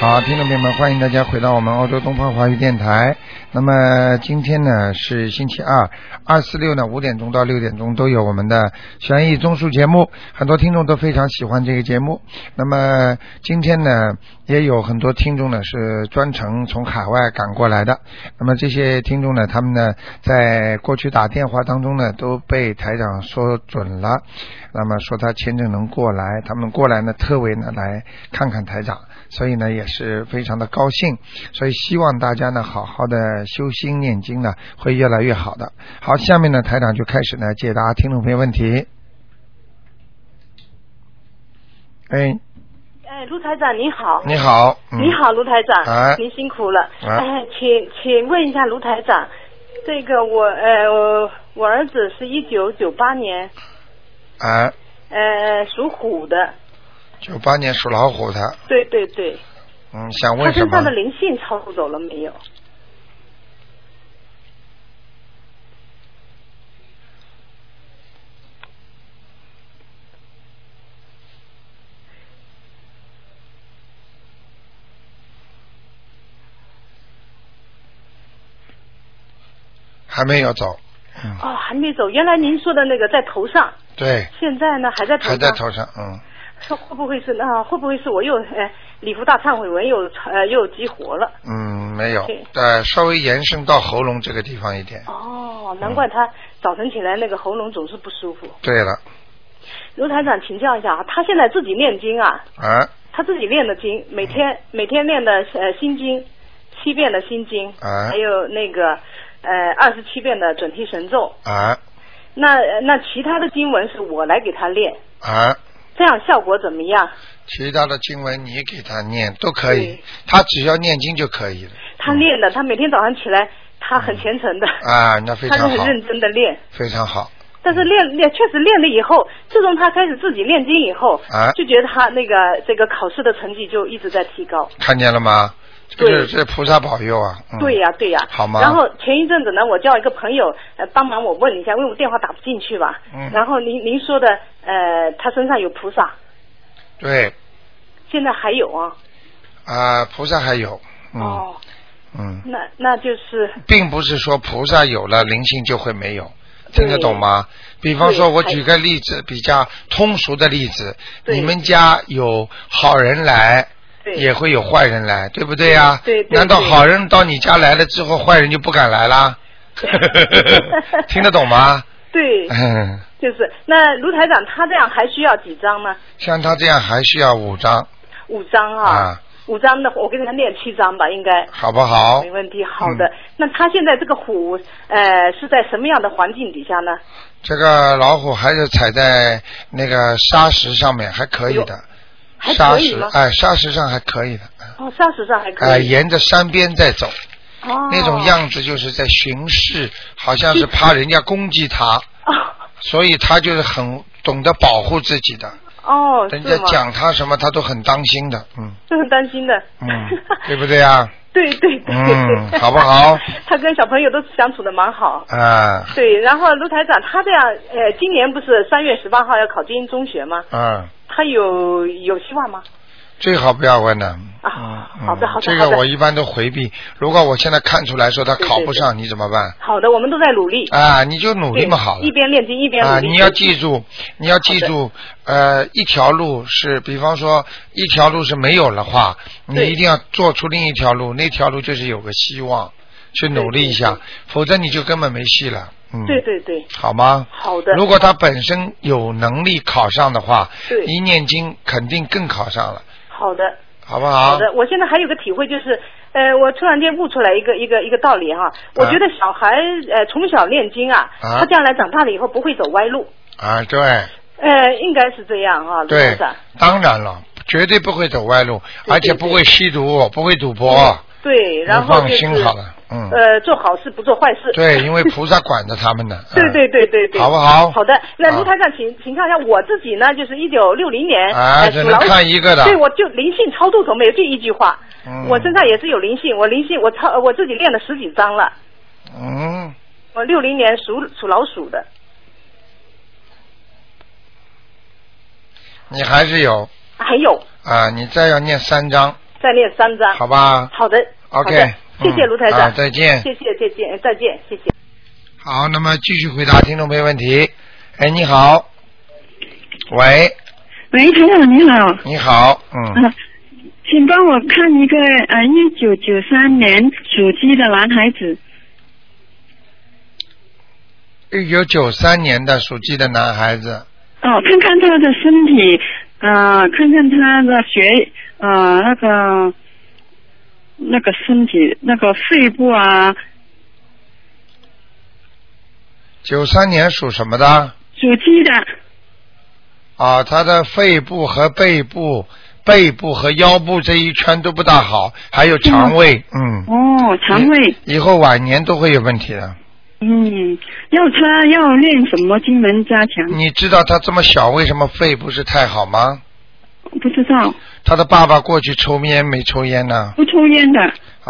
好，听众朋友们，欢迎大家回到我们澳洲东方华语电台。那么今天呢是星期二，二四六呢五点钟到六点钟都有我们的悬疑综述节目，很多听众都非常喜欢这个节目。那么今天呢也有很多听众呢是专程从海外赶过来的。那么这些听众呢，他们呢在过去打电话当中呢都被台长说准了，那么说他签证能过来，他们过来呢特为呢来看看台长。所以呢也是非常的高兴，所以希望大家呢好好的修心念经呢，会越来越好的。好，下面呢台长就开始呢解答听众朋友问题。哎，哎，卢台长您好，你好，嗯、你，好，卢台长，哎您辛苦了。哎哎，请请问一下卢台长，这个我呃我我儿子是一九九八年哎，呃属虎的，九八年属老虎的，对对对，嗯，想他问什身上的么？灵性超度走了没有？还没有走，哦，还没走。原来您说的那个在头上，对，现在呢还在头还上。在头上，嗯，说会不会是那、会不会是我又呃礼服大忏悔文又呃又激活了？嗯，没有对，呃，稍微延伸到喉咙这个地方一点。哦，难怪他早晨起来那个喉咙总是不舒服。对了，卢台长，请教一下啊，他现在自己念经啊，啊他自己念的经，嗯每天每天念的呃心经七遍的心经，啊还有那个呃二十七遍的准提神咒。啊那呃那其他的经文是我来给他念，啊！这样效果怎么样？其他的经文你给他念都可以，他只要念经就可以了。他念的，他每天早上起来，他很虔诚的， 啊，那嗯非他就常很好，嗯认真的练。非常好。但是练练确实练了以后，自从他开始自己念经以后，啊就觉得他那个这个考试的成绩就一直在提高。看见了吗？这对是这是菩萨保佑啊！嗯、对、呀、对呀、好吗然后前一阵子呢，我叫一个朋友呃帮忙我问一下，因为我电话打不进去吧。嗯然后您您说的呃，他身上有菩萨，对现在还有啊。啊，菩萨还有，嗯、哦，嗯，那那 就是 并不是说菩萨有了灵性就会没有。听得对懂吗？比方说，对我还举个例子，比较通俗的例子，对你们家有好人来，对也会有坏人来，对不对呀、对对对难道好人到你家来了之后，坏人就不敢来啦？ 听得懂 吗？对，嗯，就是那卢台长他这样还需要几张呢？像他这样还需要五张，五张啊。啊五张的，我给他念七张吧，应该。好不好嗯没？问题，好的。那他现在这个虎，呃，是在什么样的环境底下呢？这个老虎还是踩在那个沙石上面，还可以的。还沙可以石吗，？哎，沙石上还可以的。哦，沙石上还可哎，以。沿着山边在走，哦。那种。样子就是在巡视，好像是怕人家攻击他，哦所以他就是很懂得保护自己的。哦，是人家吗？讲他什么，他都很当心的。嗯就很担心的。 嗯，对不对啊？对对对。嗯 好不好？他跟小朋友都相处的蛮好。啊，对，然后卢台长他这样，呃，今年不是三月十八号要考精英中学吗？嗯，他有有希望吗？最好不要问了。啊嗯好的好的这好个的我一般都回避。如果我现在看出来说他考不上，你怎么办？好的，我们都在努力。啊，你就努力嘛，对好了一。边练经一边努啊，力。你要记住，你要记住，呃，一条路是，比方说一条路是没有的话，你对一定要做出另一条路，那条路就是有个希望，去努力一对下对，否则你就根本没戏了。嗯，对对对，好吗？好的。如果他本身有能力考上的话，对一念经肯定更考上了，好的。好不好？好的，我现在还有个体会就是，呃，我突然间悟出来一个一个一个道理哈、我觉得小孩呃从小念经啊，啊他将来长大了以后不会走歪路，啊，对呃，应该是这样哈、啊，对是吧？，当然了，绝对不会走歪路，对而且对不对会吸毒，不会赌博，对，你然后放就是心好了，嗯，呃，做好事不做坏事。对，因为菩萨管着他们呢，嗯 对对对对对，好不好？好的，那卢啊台长，请请教一下我自己呢，就是一九六零年啊呃只属能老看虎，一个的对，我就灵性超度都没有，就一句话嗯，我身上也是有灵性，我灵性我超呃我自己练了十几张了，嗯，我六零年属属老鼠的，你还是有还有啊，你再要念三章，再念三章。好吧好的。好的 OK，谢谢嗯卢台长。啊再见谢谢，再见，再见，谢谢。好，那么继续回答听众朋友问题。哎，你好，喂，喂，台长你好，你好，嗯，啊，请帮我看一个呃，一九九三年属鸡的男孩子，嗯一九九三年的属鸡的男孩子，哦，看看他的身体，呃，看看他的血，呃，那个那个身体，那个肺部啊，九三年属什么的？属鸡的，啊，他的肺部和背部、背部和腰部这一圈都不大好，还有肠胃，嗯，哦，肠胃，以后晚年都会有问题的。嗯，要他要练什么经文加强？你知道他这么小，为什么肺不是太好吗？不知道，他的爸爸过去抽烟没抽烟呢？不抽烟的，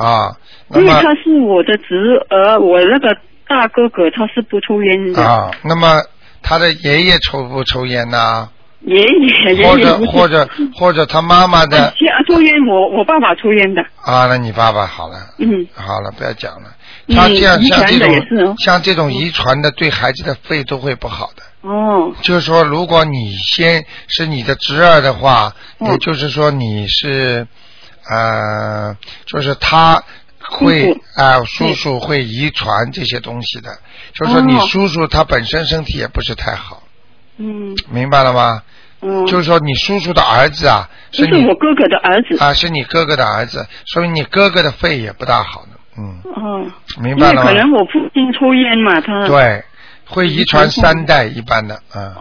啊，那因为么他是我的侄儿，我那个大哥哥他是不抽烟的。啊，那么他的爷爷抽不抽烟呢？爷爷，爷或爷者不是或者或者他妈妈的啊其啊，抽烟，我我爸爸抽烟的，啊？那你爸爸好了，嗯，好了，不要讲了。他嗯这样遗像传这的也是种哦像这种遗传的，对孩子的肺都会不好的。哦，就是说，如果你先是你的侄儿的话，嗯也就是说你是，呃，就是他会叔叔啊、叔叔会遗传这些东西的。就是说，你哦叔叔他本身身体也不是太好，嗯，明白了吗？哦，就是说，你叔叔的儿子啊，这是是你我哥哥的儿子，啊，是你哥哥的儿子，说明你哥哥的肺也不大好呢。嗯，哦，明因白为了可吗？能我父亲抽烟嘛，他，对，会遗传三代一般的，嗯。啊，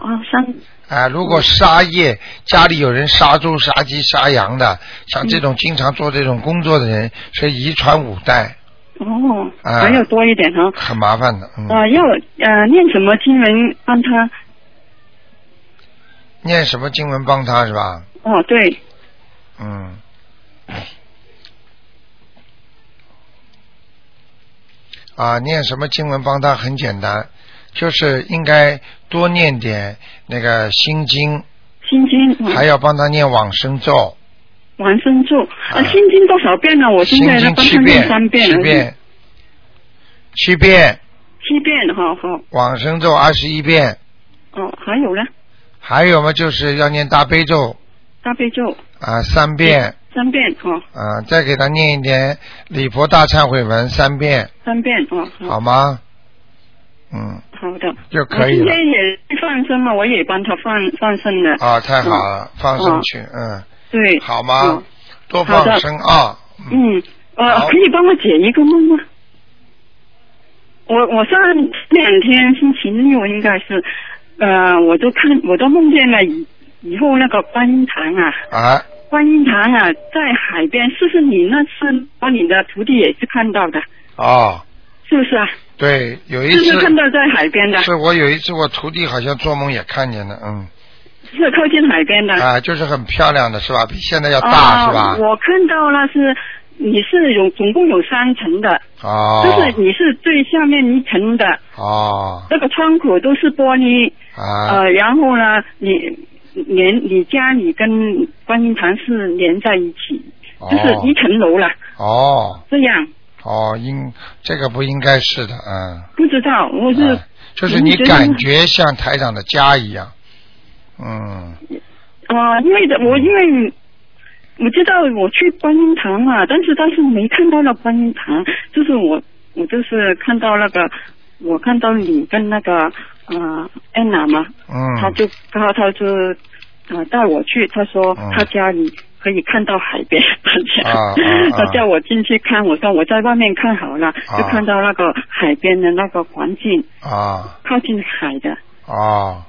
三，啊，如果杀业，家里有人杀猪、杀鸡、杀羊的，像这种经常做这种工作的人，是遗传五代，哦，啊还要多一点哈，很麻烦的。嗯，啊，要呃念什么经文帮他，念什么经文帮他是吧？哦，对，嗯。啊，念什么经文帮他很简单，就是应该多念点那个心经，心经，哦还要帮他念往生咒，往生咒，啊啊，心经多少遍了？我现心在经帮七他念遍，三遍七了，遍，七遍，七遍，哦好好，往生咒二十一遍，哦，还有呢，还有嘛就是要念大悲咒大悲咒啊三遍三遍，哦，啊，再给他念一点礼佛大忏悔文三遍，三遍，哦，好好吗？嗯，好的，就可以啊我今了天也放生了，我也帮他放放生了。啊，太好了，放生去，嗯，对。好吗嗯？多放生啊，嗯，嗯，呃好，可以帮我解一个梦吗？我我上两天星期六应该是，呃，我都看我都梦见了以以后那个观音堂啊，啊，观音堂啊，在海边，是不是你那次把你的徒弟也是看到的？哦，是不是啊？对，有一是不是看次到在海边的？是我有一次我徒弟好像做梦也看见了，嗯，是靠近海边的。啊，就是很漂亮的是吧？比现在要啊大是吧？我看到了是，你是有总共有三层的，就是哦，你是最下面一层的，哦，那个窗口都是玻璃，啊，呃，然后呢，你连你家里跟观音堂是连在一起，哦就是一层楼了，哦。这样哦，应这个不应该是的，嗯，不知道我是、嗯就是你感觉像台长的家一样，嗯，啊，因为的我因为。我知道我去观音堂嘛，但是当时没看到那观音堂，就是我我就是看到那个，我看到你跟那个呃安娜嘛，他嗯，就他他就呃带我去，他说嗯他家里可以看到海边，他讲、 啊啊啊他叫我进去看，我说我在外面看好了，就看到那个海边的那个环境，啊靠近海的。哦，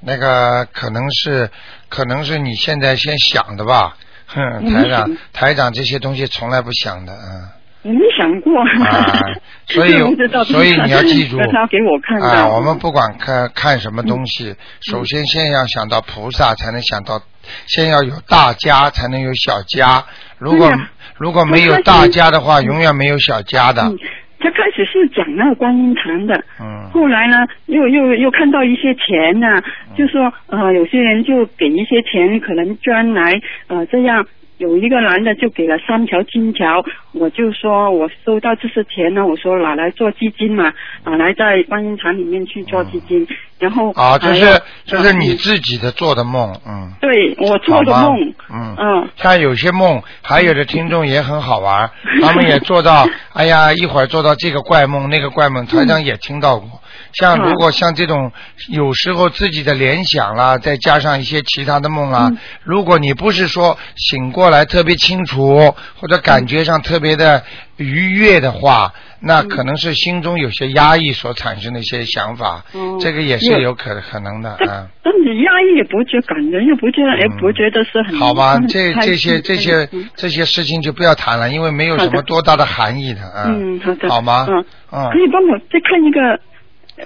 那个可能是可能是你现在先想的吧，哼，嗯台长是台长这些东西从来不想的，嗯。 我没想过， 啊所以我不知道所以你要记 住他给我看到、啊，我们不管看看什么东西，首先先要想到菩萨，才能想到，先要有大家，才能有小家。如果、对呀如果没有大家的话，永远没有小家的。嗯，他开始是讲那个观音堂的，嗯后来呢，又又又看到一些钱呢、就说呃，有些人就给一些钱，可能捐来呃这样。有一个男的就给了三条金条，我就说我收到这些钱呢，我说拿来做基金嘛，拿来在观音堂里面去做基金，然后啊，这还有是这是你自己的做的梦，嗯。对我做的好吗梦，嗯嗯，像有些梦，还有的听众也很好玩，他们也做到，哎呀，一会儿做到这个怪梦，那个怪梦，台长也听到过。像如果像这种，有时候自己的联想啦，再加上一些其他的梦啦，如果你不是说醒过来特别清楚，或者感觉上特别的愉悦的话，那可能是心中有些压抑所产生的一些想法，哦这个也有是有可可能的啊。嗯但你压抑也不觉感人，又不觉得，也不觉得是很好吧，很这嗯开这心些这些嗯这些事情就不要谈了，因为没有好什的么多大的含义的啊。嗯，好的，好吗？嗯，可嗯以帮我再看一个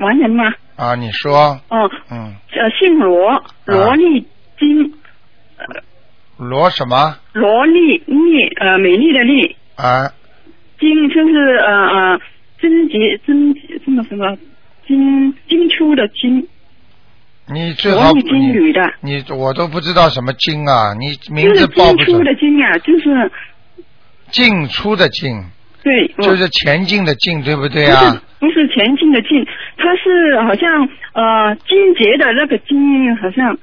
完人吗？啊，你说，哦，嗯，呃，姓罗，罗丽金，罗什么罗丽丽，呃，美丽的丽，啊？金就是呃呃，贞洁贞什么什么金金秋的金，你最好罗你丽金女的，你我都不知道什么金啊，你名就是字报金不秋准。的金啊，就是进出的进，对，我就是前进的进，对不对啊？不是不是前进的进，它是好像呃金节的那个金，好像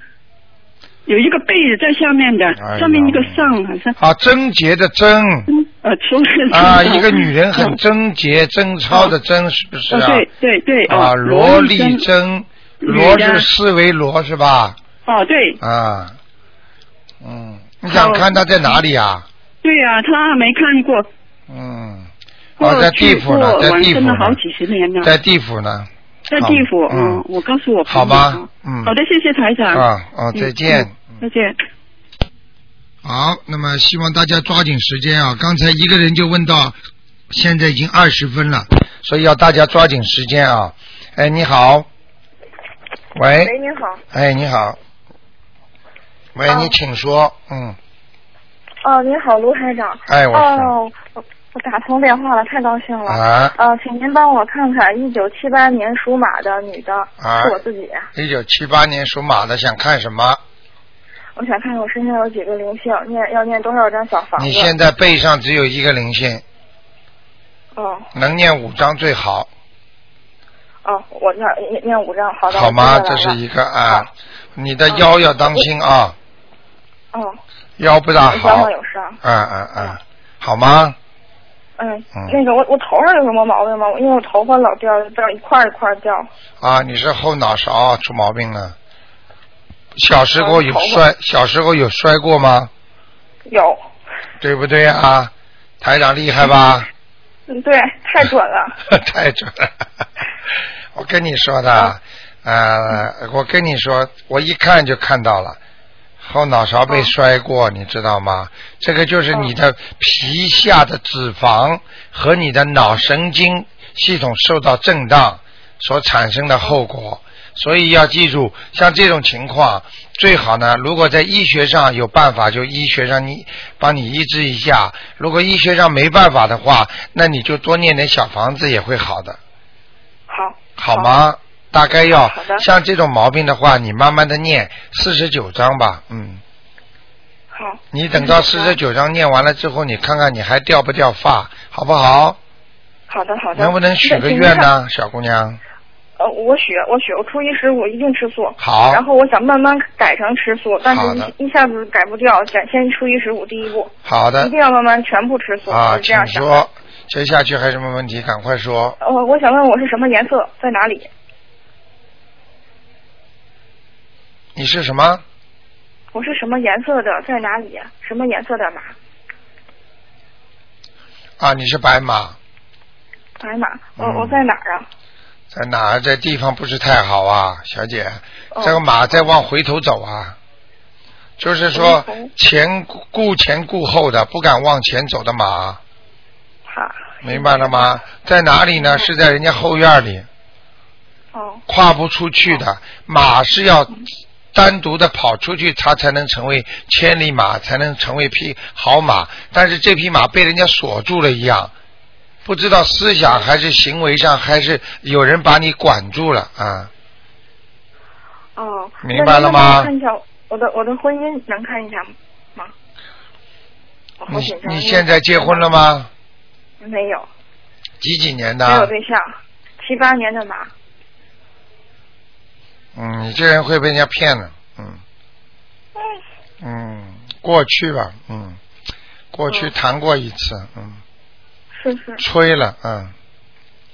有一个贝字在下面的，哎呀上面一个上，好像啊，贞洁的贞。嗯呃，除了啊，一个女人嗯很贞洁、贞操的贞，是不是哦啊？对对对哦啊，罗丽丽珍珍，女罗的是四维罗是吧？哦对啊，嗯，你想看他在哪里啊？对啊，他没看过，嗯，过哦，在去地府呢，过在往地府生了好呢，几十年了，在地府呢。在地府，好嗯嗯，我告诉我朋友啊好吧，嗯，好的，谢谢台长，啊，哦，再见。嗯，再见。好，那么希望大家抓紧时间啊！刚才一个人就问到，现在已经二十分了，所以要大家抓紧时间啊！哎，你好，喂，喂，你好。哎，你好，喂，哦你请说，嗯，哦，你好，卢台长。哎，我是哦，我我打通电话了，太高兴了。啊，呃，请您帮我看看一九七八年属马的女的，啊是我自己。一九七八年属马的，想看什么？我想看看我身上有几个灵性，念要念多少张小房子？你现在背上只有一个灵性，哦能念五张最好，哦，我念念念五张，好的。好吗？我记下这来是了一个啊好，你的腰要当心啊，哦，腰不大我腰好上，有伤。啊啊啊，好吗？嗯嗯，那个我我头上有什么毛病吗？我因为我头发老掉掉一块儿一块儿掉。啊，你是后脑勺出毛病了。小时候有嗯头发摔，小时候有摔过吗？有，对不对啊？台长厉害吧？嗯，对，太 准了。太准了！我跟你说的啊，呃，我跟你说，我一看就看到了，后脑勺哦被摔过，你知道吗？这个就是你的皮下的脂肪和你的脑神经系统受到震荡所产生的后果。所以要记住，像这种情况，最好呢，如果在医学上有办法，就医学上你帮你医治一下；如果医学上没办法的话，那你就多念点小房子也会好的，好。好吗？大概要好的像这种毛病的话，你慢慢的念四十九章吧，嗯，好，你等到四十九章念完了之后，你看看你还掉不掉发，好不好？好的，好的。能不能许那个请您愿看呢，小姑娘？呃，我许我许，我初一十五一定吃素。好，然后我想慢慢改成吃素，但好的是一一下子改不掉，先先初一十五第一步，好一的定要慢慢全部吃素，啊，我是这请样想的。说，接下去还有什么问题？赶快说。呃，我想问我是什么颜色，在哪里？你是什么？我是什么颜色的，在哪里？什么颜色的马？啊，你是白马，白马。我、嗯我在哪儿啊？在哪儿？这地方不是太好啊，小姐。哦这个马在往回头走啊，就是说回头前顾前顾后的，不敢往前走的马，哈。明白了吗？在哪里呢？是在人家后院里，嗯哦嗯跨不出去的。马是要单独的跑出去，它才能成为千里马，才能成为匹好马。但是这匹马被人家锁住了一样，不知道思想还是行为上，还是有人把你管住了啊。哦。明白了吗那您能帮我看一下我的我的婚姻，能看一下吗？哦我好紧你张。你现在结婚了？吗？没有，几几年没有的？对象，七八年的马，嗯，你这人会被人家骗的，嗯。嗯，过去吧，嗯，过去谈过一次，嗯，是是，吹了，嗯，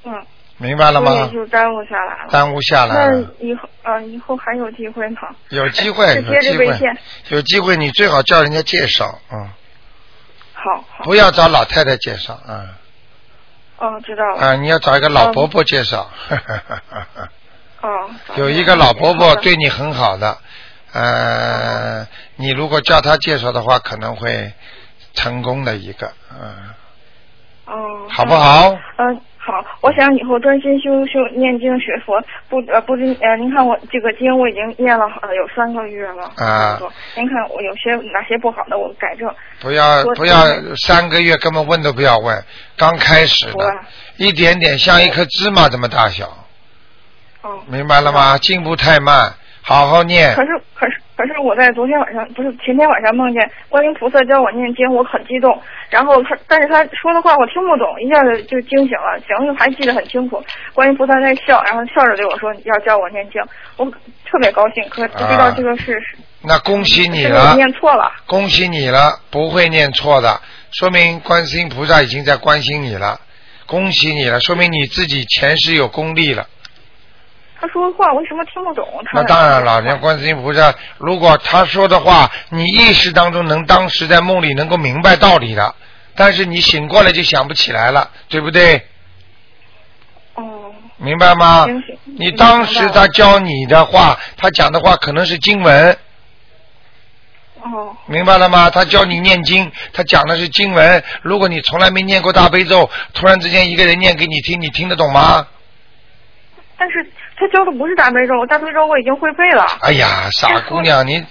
嗯，明白了所以吗？就耽误下来了。耽误下来那了，以后，呃，以后还有机会吗？有机会，是有接机着被会，骗。有机会，你最好叫人家介绍，嗯，好好，不要找老太太介绍，啊、哦，知道嗯、了，嗯啊，你要找一个老伯伯介绍， 哦，有一个老伯伯好的对你很好的，呃，你如果叫他介绍的话，可能会成功的一个，嗯，哦，好不？好？嗯，好，我想以后专心修修念经学佛，不呃不是呃，您看我这个经我已经念了呃有三个月了，啊差不多您看我有些哪些不好的我改正，不要多不要听三个月根本问都不要问，刚开始我的，一点点像一颗芝麻这么大小，哦。明白了吗？进步太慢，好好念可。是，可是，可是，我在昨天晚上不是前天晚上梦见观音菩萨教我念经，我很激动。然后他，但是他说的话我听不懂，一下子就惊醒了，醒还记得很清楚。观音菩萨在笑，然后笑着对我说：“你要教我念经。”我特别高兴，可不知啊道这个是、那恭喜你是不是了，念错了。恭喜你了，不会念错的，说明观世音菩萨已经在关心你了，恭喜你了，说明你自己前世有功力了。他说的话我为什么听不懂？他那当然了，人家观世音菩萨，如果他说的话，你意识当中能当时在梦里能够明白道理的，但是你醒过来就想不起来了，对不对？哦，明白吗行行？你当时他教你的话，他讲的话可能是经文，哦，明白了吗？他教你念经，他讲的是经文。如果你从来没念过大悲咒，突然之间一个人念给你听，你听得懂吗？但是他教的不是大悲咒，大悲咒我已经会背了。哎呀，傻姑娘，你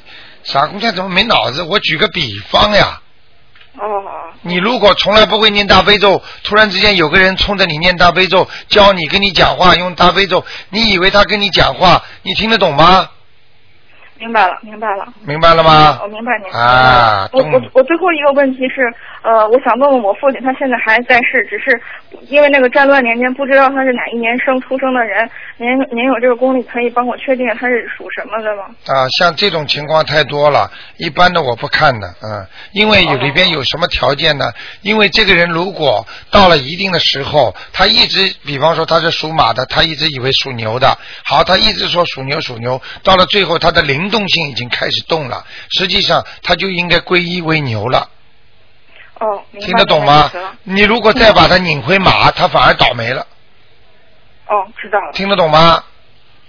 傻姑娘怎么没脑子？我举个比方呀，哦，你如果从来不会念大悲咒，突然之间有个人冲着你念大悲咒，教你跟你讲话用大悲咒，你以为他跟你讲话，你听得懂吗？明白了，明白了。明白了吗我？明白您啊哦我懂我我最后一个问题是，呃，我想问问我父亲，他现在还在世，只是因为那个战乱年间，不知道他是哪一年生出生的人。您您有这个功力，可以帮我确定他是属什么的吗？啊，像这种情况太多了，一般的我不看的，嗯，因为有里边有什么条件呢？因为这个人如果到了一定的时候，他一直，比方说他是属马的，他一直以为属牛的，好，他一直说属牛属牛，到了最后他的灵动性已经开始动了，实际上他就应该归一为牛了，哦，明白听得懂吗明白意思了？嗯你如果再把他拧回马，他反而倒霉了，哦，知道了，听得懂吗？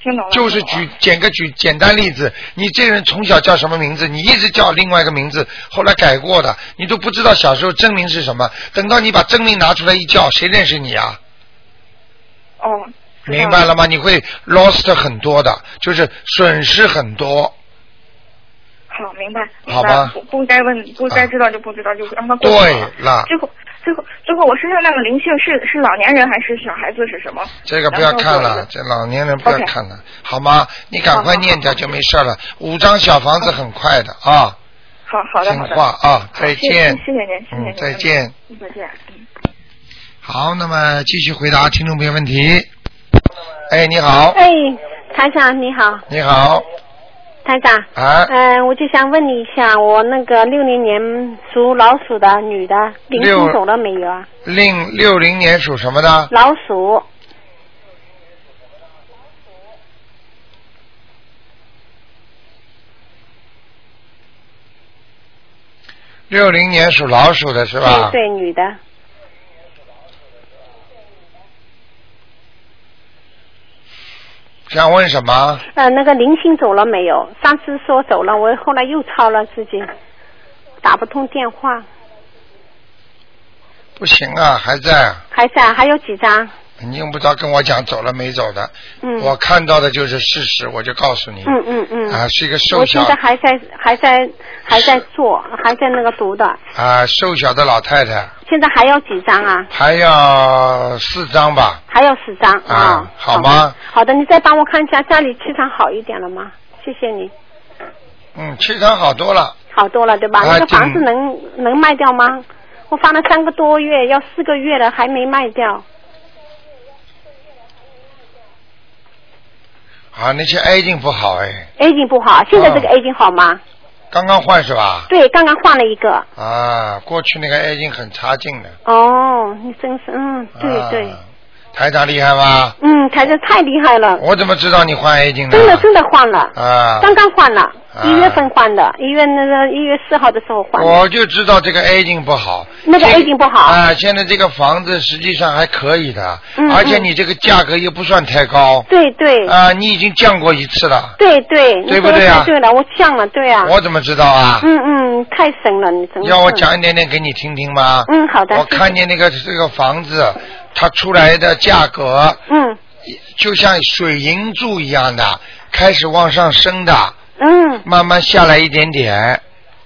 听懂了。就是听懂了举简个举简单例子，你这个人从小叫什么名字？你一直叫另外一个名字，后来改过的，你都不知道小时候真名是什么。等到你把真名拿出来一叫，谁认识你啊？哦，知道明白了吗？你会 lost 很多的，就是损失很多。好，明白。好吧啊明白不不该问，不该知道就不知道，就让他过对去好了。了，最后，最后，最后，我身上那个灵性是是老年人还是小孩子是什么？这个不要看然后做一了个，这老年人不要 OK 看了，好吗？你赶快好好念掉就没事了。五张小房子很快的啊，好好的听好的。话啊，再谢见。谢谢谢您谢谢嗯您，再见。再见。嗯好，那么继续回答听众朋友问题。哎，你好，哎，台长你好，你好，台长，啊，嗯、我就想问你一下，我那个六零年属老鼠的女的，灵六性走了没有啊？令六啊零年属什么的？老鼠，六零年属老鼠的是吧对？对，女的，想问什么？呃，那个灵性走了没有？上次说走了，我后来又抄了自己，打不通电话，不行啊，还在啊，还在啊还有几张？你用不着跟我讲走了没走的，嗯，我看到的就是事实，我就告诉你。嗯嗯嗯，啊，是一个瘦我现小在还在还在还在做，还在那个读的，啊瘦小的老太太，现在还有几张啊？还要四张吧。还有十张啊哦好好吗的好的，你再帮我看一下家里气场好一点了吗？谢谢你。嗯，气场好多了。好多了，对吧？啊那个房对子能能卖掉吗？我放了三个多月，要四个月了，还没卖掉。啊，那些 A 境不好哎， A 型不好，现在啊这个 A 型好吗？刚刚换是吧？对，刚刚换了一个。啊，过去那个 A 境很差劲的。哦，你真是，嗯，对对，啊、台长厉害吧？嗯，台长太厉害了，我怎么知道你换 A 境呢？真的真的换了，啊，刚刚换了，啊一月份换的，一月那个一月四号的时候换的。我就知道这个 A 境不好。那个哦这 A 境不好啊，现在这个房子实际上还可以的，嗯而且你这个价格又不算太高。对对啊，你已经降过一次了，对对，你对不说的对啊太对了，我降了，对啊。我怎么知道啊？嗯嗯，太神了，你真的嗯要我是讲一点点给你听听吗？嗯好的我谢谢看见那个这个房子，它出来的价格嗯就像水银柱一样的，开始往上升的，嗯慢慢下来一点点，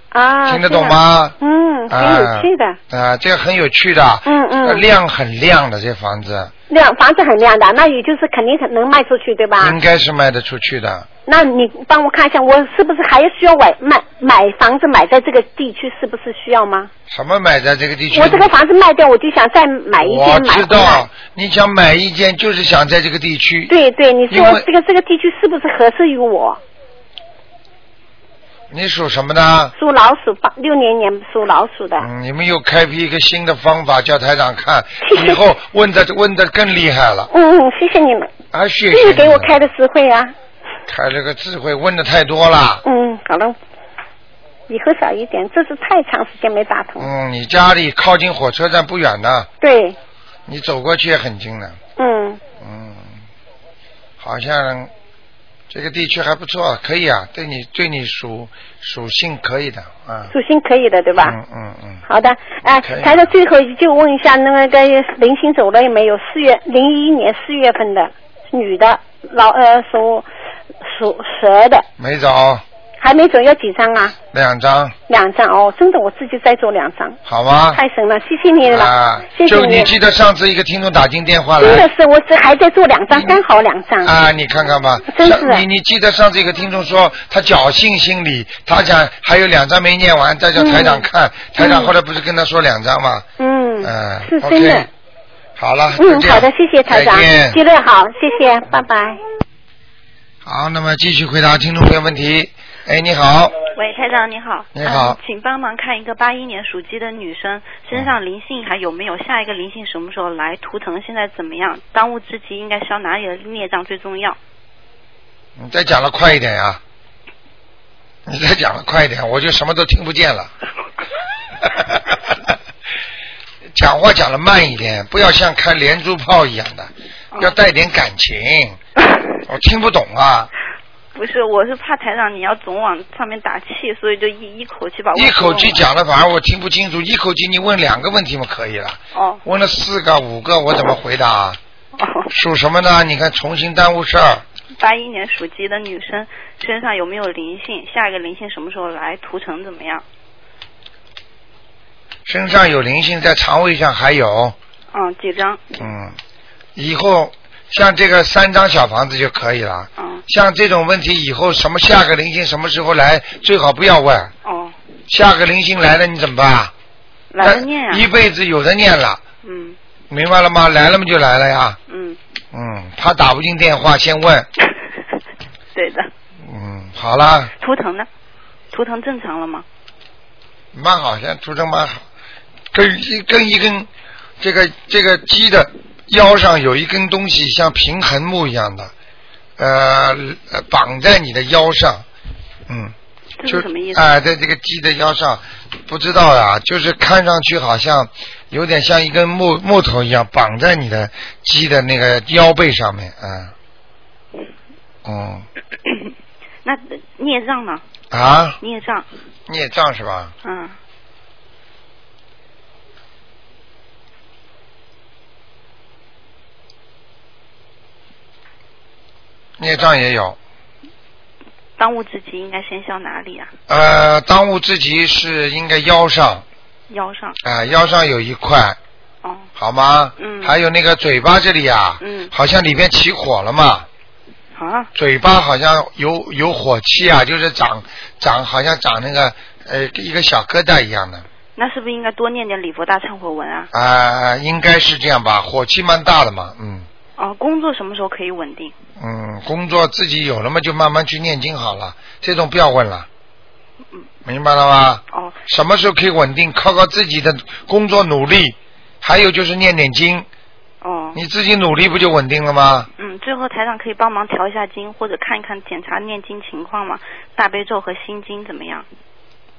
啊，听得这懂？样吗？嗯，挺有趣的，啊、啊这个很有趣的，嗯呃嗯，亮很亮的这房子，亮房子很亮的，那也就是肯定能卖出去，对吧？应该是卖得出去的。那你帮我看一下，我是不是还需要买买买房子买在这个地区，是不是需要吗？什么买在这个地区？我这个房子卖掉，我就想再买一我间买知回来道。，你想买一间，就是想在这个地区。对对，你说因为这个这个地区是不是合适于我？你属什么呢？属老鼠，八六年年属老鼠的。嗯，你们又开辟一个新的方法，叫台长 看，以后问的问的更厉害了。嗯嗯，谢谢你们，啊，谢谢这你是们。给我开的实惠啊。开了个智慧，问的太多了。嗯，好了，以后少一点，这是太长时间没打通。嗯，你家里靠近火车站不远的，对，你走过去也很近的。嗯，嗯，好像这个地区还不错，可以啊，对你对你属属性可以的啊。属性可以的，对吧？嗯嗯嗯，好的，哎、可以台到最后就问一下那个林星走了有没有？四月零一年四月份的女的，老呃属属蛇的，没走，还没走，要几张啊？两张，两张哦，真的我自己再做两张，好吗？太神了，谢谢你了，啊，谢谢就你记得上次一个听众打进电话真的来。嗯是我这还在做两张，刚好两张，啊，你看看吧，真是啊上你你记得上次一个听众说他侥幸心理，他讲还有两张没念完，再叫台长看，台长后来不是跟他说两张吗？嗯，嗯是真的， ，OK，好了，嗯就，这样好的，谢谢台长再，见记。得好，谢谢，拜拜。好，那么继续回答听众朋友问题。哎，你好，喂，台长你好。你好啊嗯请帮忙看一个八一年属鸡的女生身上灵性还有没有？下一个灵性什么时候来？图腾现在怎么样？当务之急应该消哪里的孽障最重要？你嗯再讲的快一点呀、你再讲的快一点，我就什么都听不见了。 讲话讲的慢一点，不要像开连珠炮一样的，要带点感情。我听不懂啊，不是，我是怕台长你要总往上面打气，所以就一一口气把一口气问完。讲了反而我听不清楚，一口气你问两个问题嘛可以了，哦问了四个五个我怎么回答、啊？哦，属什么呢？你看重新耽误事儿。八一年属鸡的女生身上有没有灵性？下一个灵性什么时候来？图腾怎么样？身上有灵性，在肠胃上还有，嗯，几张？嗯，以后像这个三张小房子就可以了。嗯，像这种问题，以后什么下个灵性什么时候来，最好不要问。哦，下个灵性来了，你怎么办？来了念啊呀、一辈子有的念了，嗯明白了吗？来了嘛就来了呀。嗯，嗯，他打不进电话，先问。对的。嗯，好了，图腾呢？图腾正常了吗？蛮好，现在图腾蛮好，跟一跟一根这个这个鸡的腰上有一根东西，像平衡木一样的，呃，呃绑在你的腰上，嗯，这就是什么意思？哎、在这个鸡的腰上，不知道啊，就是看上去好像有点像一根木木头一样绑在你的鸡的那个腰背上面，啊、嗯，那呃孽障呢？啊，孽障，孽障是吧？嗯，孽障也有。当务之急应该先消哪里啊？呃，当务之急是应该腰上，腰上，啊、腰上有一块，哦，好吗？嗯还有那个嘴巴这里啊，嗯好像里边起火了嘛，啊，嘴巴好像有有火气啊，就是长长好像长那个呃一个小疙瘩一样的那是不是应该多念点礼佛大忏悔文啊？啊、应该是这样吧，火气蛮大的嘛，嗯哦，工作什么时候可以稳定？嗯，工作自己有了嘛，就慢慢去念经好了，这种不要问了，明白了吗？哦，什么时候可以稳定？靠靠自己的工作努力，还有就是念点经，哦，你自己努力不就稳定了吗？嗯，最后台长可以帮忙调一下经，或者看一看检查念经情况吗？大悲咒和心经怎么样？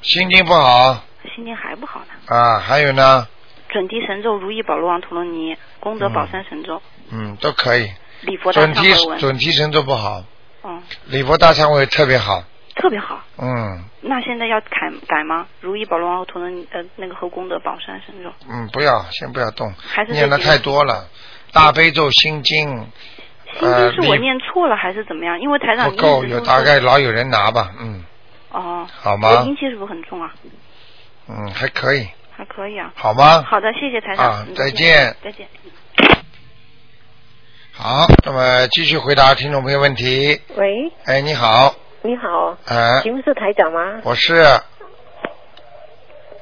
心经不好心经还不好呢。啊，还有呢，准提神咒、如意宝罗王陀罗尼、功德宝山神咒、嗯，都可以。礼佛大准提忏悔文，准提神咒不好，嗯，礼佛大忏悔特别好，特别好。嗯那现在要改改吗？如意宝罗王和陀罗尼，呃，那个和功德宝山神咒，嗯，不要，先不要动，还是念的这几个太多了，大悲咒心经心呃经是我礼念错了还是怎么样？因为台长不一直够，都有说大概老有人拿吧，嗯，哦，好我吗阴？气是不是很重啊？嗯，还可以，还可以啊。好吗？好的，谢谢台长。啊嗯再见再见。好，那么继续回答听众朋友问题。喂，哎，你好，你好，哎、请问是台长吗？我是，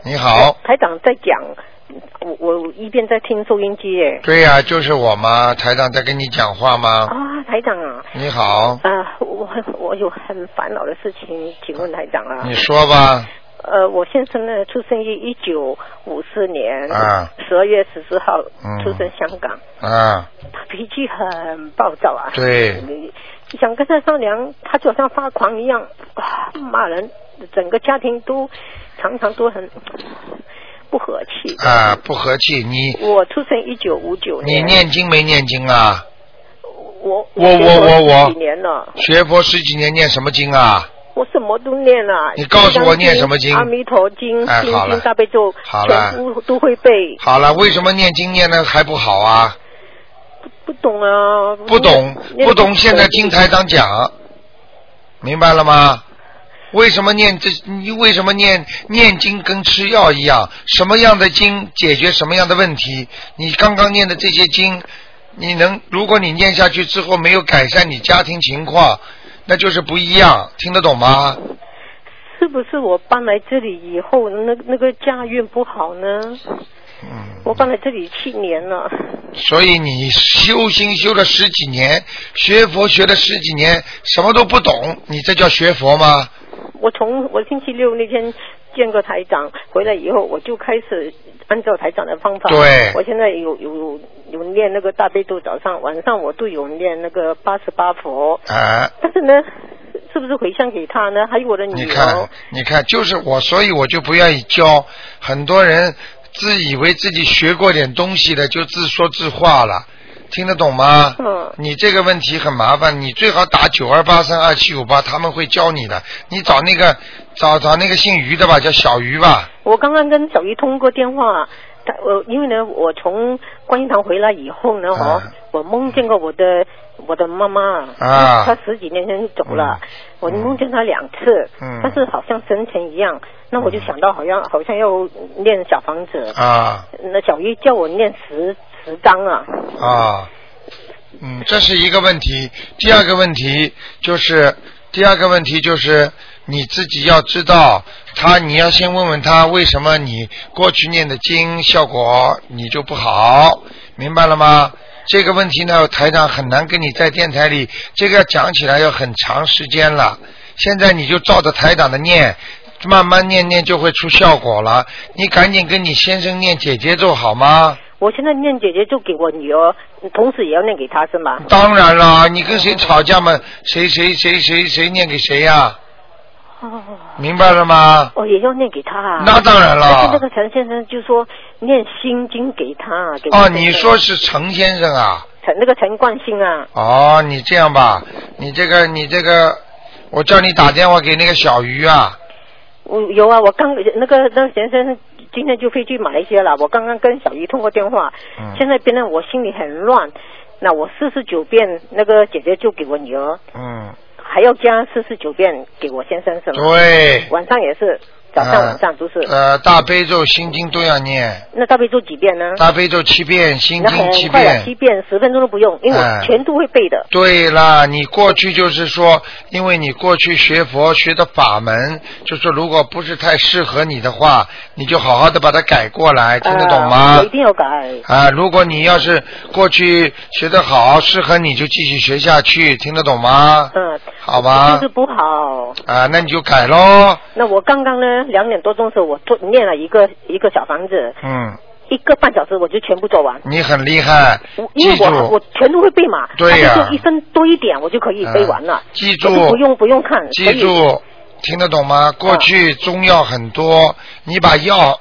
你好，台长在讲，我我一边在听收音机耶。对呀、就是我嘛，台长在跟你讲话吗？啊、台长啊，你好，呃，我我有很烦恼的事情，请问台长啊你，说吧，呃，我先生呢出生于一九五四年嗯啊十二月十四号嗯出生香港，啊，他脾气很暴躁啊，对，想跟他商量，他就好像发狂一样，啊，骂人，整个家庭都常常都很不和气。啊，不和气，你我出生一九五九你年，念经没念经啊？我我我学佛我我十几年了，学佛十几年念什么经啊？我什么都念了。你告诉我金刚念什么经阿弥陀经、哎心好了经、大悲咒，好了全部都会背。好了，为什么念经念的还不好啊？不懂啊，不懂念不懂，现在听台长讲，明白了吗？为什么念这？你为什么念念经跟吃药一样？什么样的经解决什么样的问题？你刚刚念的这些经，你能如果你念下去之后没有改善你家庭情况，那就是不一样，听得懂吗？是不是我搬来这里以后，那那个家运不好呢？嗯，我搬来这里七年了。所以你修心修了十几年，学佛学了十几年，什么都不懂，你这叫学佛吗？我从我星期六那天见过台长回来以后，我就开始按照台长的方法。对我现在有有有念那个大悲咒，早上晚上我都有念那个八十八佛。啊、但是呢，是不是回向给他呢？还有我的女你儿看，，你看，就是我，所以我就不愿意教很多人自以为自己学过点东西的，就自说自话了，听得懂吗？嗯你这个问题很麻烦，你最好打九二八三二七五八，他们会教你的。你找那个找找那个姓于的吧，叫小于吧。我刚刚跟小鱼通过电话。他我因为呢，我从观音堂回来以后呢，啊哦，我梦见过我的我的妈妈，啊她十几年前走了，嗯我梦见她两次，嗯但是好像生前一样，那我就想到好像、好像要念小房子，啊那小玉叫我念十十章啊，啊，嗯，这是一个问题。第二个问题就是，第二个问题就是你自己要知道他，你要先问问他为什么你过去念的经效果你就不好，明白了吗？这个问题呢，台长很难跟你在电台里这个讲起来要很长时间了。现在你就照着台长的念，慢慢念念就会出效果了。你赶紧跟你先生念姐姐咒好吗？我现在念姐姐就给我女儿，同时也要念给她是吗？当然啦，你跟谁吵架嘛，谁谁谁谁谁念给谁呀、哦，明白了吗？我也要念给她啊。那当然但是那了。个陈先生就说念心经给他，啊给我哦，先生你说是陈先生啊？陈那个陈冠希啊，哦，你这样吧，你这个你这个，我叫你打电话给那个小鱼啊。我有啊，我刚那个那个先生今天就飞去马来西亚了，我刚刚跟小鱼通过电话，嗯现在变得我心里很乱。那我四十九遍那个姐姐就给我女儿，嗯，还要加四十九遍给我先生是吗？对，晚上也是，早上晚上都是。呃，大悲咒、心经都要念，那大悲咒几遍呢？大悲咒七遍，心那经七很快了，遍七。遍十分钟都不用，因为哎我全都会背的。对啦，你过去就是说，因为你过去学佛学的法门，就是如果不是太适合你的话，你就好好的把它改过来，听得懂吗？呃我一定要改。啊，如果你要是过去学得好，适合你就继续学下去，听得懂吗？嗯，啊好吧就是不好。啊，那你就改喽。那我刚刚呢，两点多钟的时候，我做念了一个一个小房子，嗯，一个半小时我就全部做完。你很厉害我，因记为我我住，全都会背嘛，对呀嗯它就做一分多一点，我就可以背完了。记我就住不，用不用看，啊记住。听得懂吗？过去中药很多，你把药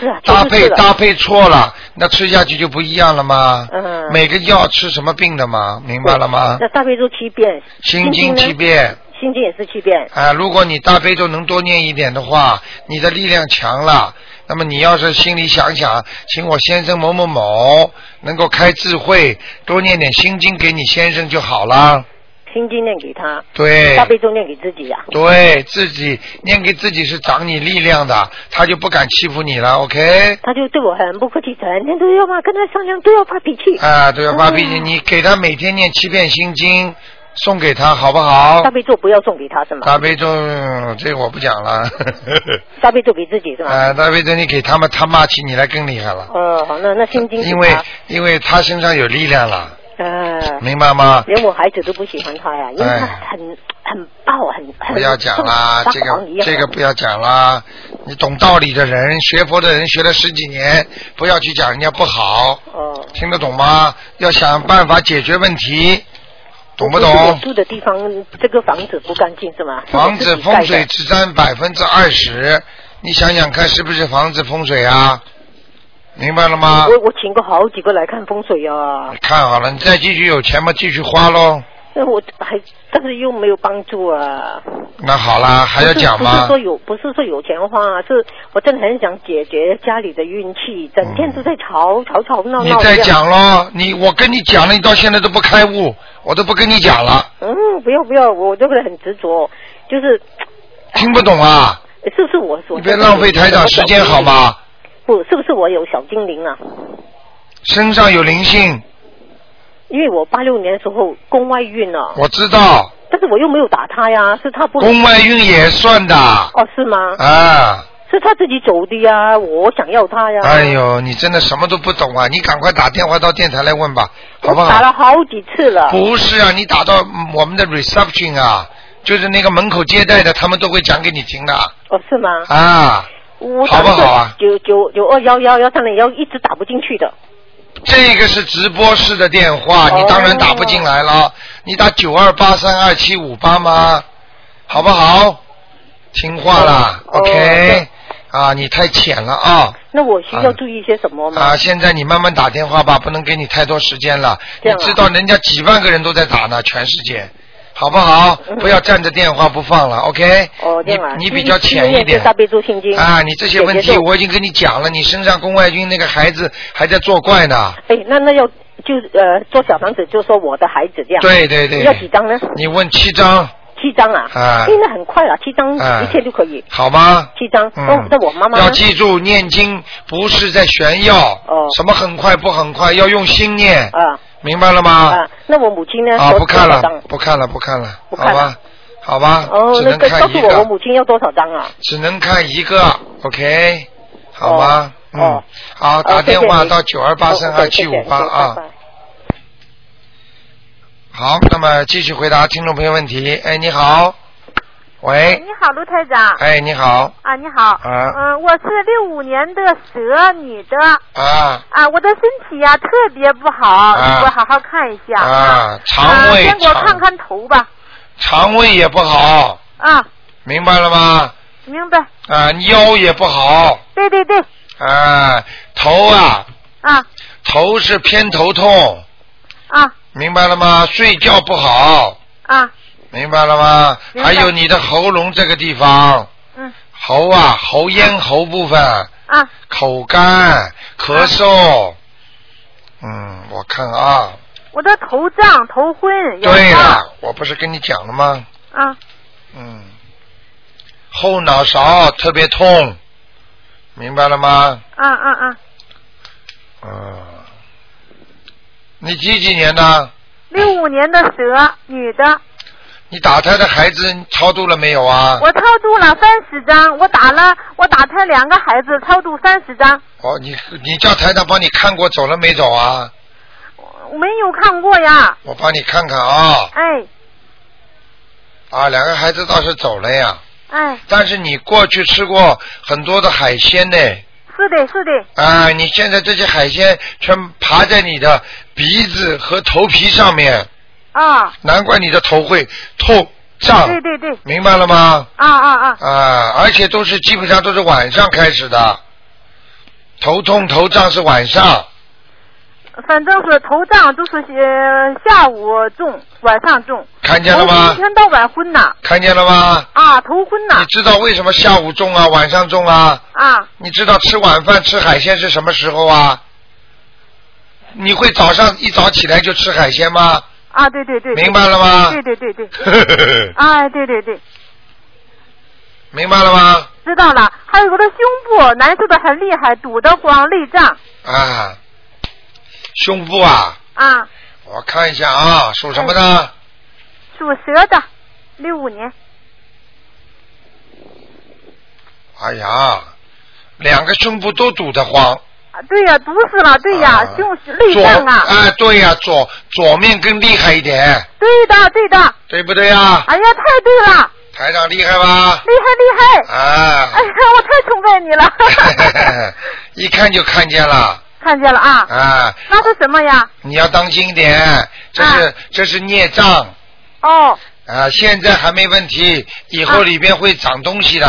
是 啊搭就是配了搭配错了，那吃下去就不一样了吗？嗯每个药吃什么病的嘛，明白了吗可以。？那大悲咒七遍，心经呢七，遍，心经也是七遍。啊，如果你大悲咒能多念一点的话，你的力量强了。那么你要是心里想想，请我先生某某某能够开智慧，多念点心经给你先生就好了。心经念给他，对大，悲咒念给自己呀、对自己念给自己是长你力量的，他就不敢欺负你了。OK，他就对我很不客气，整天都要嘛跟他商量，都要发脾气。啊，对吧？嗯毕竟你给他每天念七遍心经，送给他好不好大？悲咒不要送给他是吗？大悲咒，这我不讲了。 大悲咒给自己是吗？啊，大悲咒你给他们，他骂起你来更厉害了。哦，好，那那心经给因为他因为他身上有力量了，呃，明白吗？连我孩子都不喜欢他呀，因为哎他很很暴，很很不要讲啦，像这发狂一个样这个不要讲啦。你懂道理的人，学佛的人，学了十几年，不要去讲人家不好，哦。听得懂吗？要想办法解决问题，懂不就是我懂？住的地方，这个房子不干净是吗？房是我子自己盖风的水只占百分之二十，你想想看，是不是房子风水啊？明白了吗？我我请过好几个来看风水啊，看好了，你再继续有钱嘛，继续花喽。那我还但是又没有帮助啊。那好啦，还要讲不是吗？不是说有，不是说有钱花，是我真的很想解决家里的运气，整天都在吵吵吵闹你闹。再。讲咯，你我跟你讲了，你到现在都不开悟，我都不跟你讲了，嗯，不要不要，我这个人很执着，就是听不懂啊！是不是我所你别浪费台长时间好？吗？不，是不是我有小精灵啊？身上有灵性，因为我八六年的时候宫外孕了、我知道，但是我又没有打他呀，是他不宫外孕也算的哦，是吗？啊！是他自己走的呀，我想要他呀。哎呦，你真的什么都不懂啊！你赶快打电话到电台来问吧，好不我打好？了好几次了。不是啊，你打到嗯我们的 reception 啊，就是那个门口接待的，他们都会讲给你听的哦，是吗？啊。我好打不好啊九九九二幺幺幺三零幺一直打不进去的。这个是直播室的电哦话，你当然打不进来了。你打九二八三二七五八吗？好不好？听话啦、哦 o k 啊，你太浅了啊那我需要啊注意些什么吗？啊！现在你慢慢打电话吧，不能给你太多时间了。你这样啊知道人家几万个人都在打呢，全世界，好不好？不要站着电话不放了，OK？嗯哦，这你样啊。你比较浅一今天点是。大悲咒心经啊，你这些问姐题姐咒我已经跟你讲了，你身上宫外孕那个孩子还在作怪呢。哎，那那要就呃做小房子，就说我的孩子这样。。对对对。要几张呢？你问七张七张啊。啊哎，那很快了，七张啊一切就可以。好吗？七张。嗯哦，那我妈妈呢要记住，念经不是在炫耀，哦什么很快不很快，要用心念，啊明白了吗？啊，那我母亲呢？啊，多不看了多少张，不看了，不看了，不好看了吧，好吧，哦只，那能个告看诉一我我个，母亲要多少张啊？只能看一个，OK，好吗？哦嗯哦，好，打哦谢谢电话你哦到九二八三二七五八啊。哦，OK，谢谢谢谢拜拜好，那么继续回答听众朋友问题。哎，你好，喂，哎嗯你好，卢台长。哎，你好，啊，你好。啊嗯，我是六五年的蛇女的。啊啊，我的身体呀、特别不好，啊你给我好好看一下。啊，肠啊胃先给我看肠看头吧。肠胃也不好，啊，明白了吗？明白。啊，腰也不好，对对对。啊，头啊，啊头是偏头痛，啊明白了吗？睡觉不好，啊，明白了吗？明白还有你的喉咙这个地方，嗯喉啊，喉咽喉部分，啊口干、咳嗽，嗯，我看啊，我的头胀头昏。有啊对吗了，我不是跟你讲了吗？啊嗯，后脑勺特别痛，明白了吗？嗯嗯嗯，嗯。你几几年的？六五年的蛇，女的，啊你打胎的孩子超度了没有啊？我超度了三十张，我打了我打胎两个孩子，超度三十张，哦，你你叫台长帮你看过走了没走啊？我没有看过呀，我帮你看看啊哎啊，两个孩子倒是走了呀，哎，但是你过去吃过很多的海鲜呢，是的是的，啊，你现在这些海鲜全爬在你的鼻子和头皮上面，啊，难怪你的头会痛胀，对对对，明白了吗？啊啊啊，啊，而且都是基本上都是晚上开始的，头痛头胀是晚上，反正是头胀就是呃下午重，晚上重，看见了吗我一天到晚昏呐，看见了吗？啊头昏呐你，知道为什么下午重啊，晚上重啊？啊你知道吃晚饭吃海鲜是什么时候啊？你会早上一早起来就吃海鲜吗？啊对对对，对明白了吗对对对对， 哎对对对。明白了吗？知道了，还有我的胸部难受的很厉害，堵得慌，内胀啊，胸部啊，啊，我看一下啊，属什么呢？属蛇的，六五年哎呀，两个胸部都堵得慌。啊，对呀、堵死了，对呀、啊胸内左胀啊，哎，对呀、左左面更厉害一点，对的对的，对不对呀、哎呀，太对了，台长厉害吧？厉害厉害，啊 哎，呀，我太崇拜你了， 一看就看见了看见了啊，啊！那是什么呀？你要当心一点，这是、啊这是孽障哦，啊！现在还没问题，以后啊里边会长东西的。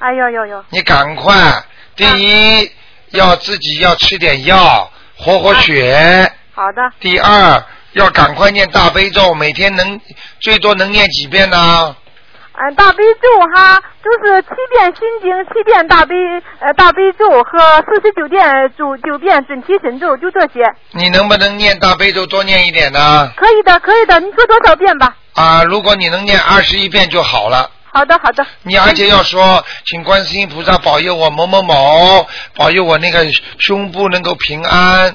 哎呦呦呦，你赶快，啊第一、要自己要吃点药活活血，好的，第二要赶快念大悲咒，每天能最多能念几遍呢？嗯、大悲咒哈，就是七遍心经，七遍大悲呃大悲咒和四十九遍九九遍准提神咒，就这些，你能不能念大悲咒多念一点呢？可以的可以的，你说多少遍吧。啊，如果你能念二十一遍就好了。好的，好的，你而且要说，请观世音菩萨保佑我某某某，保佑我那个胸部能够平安，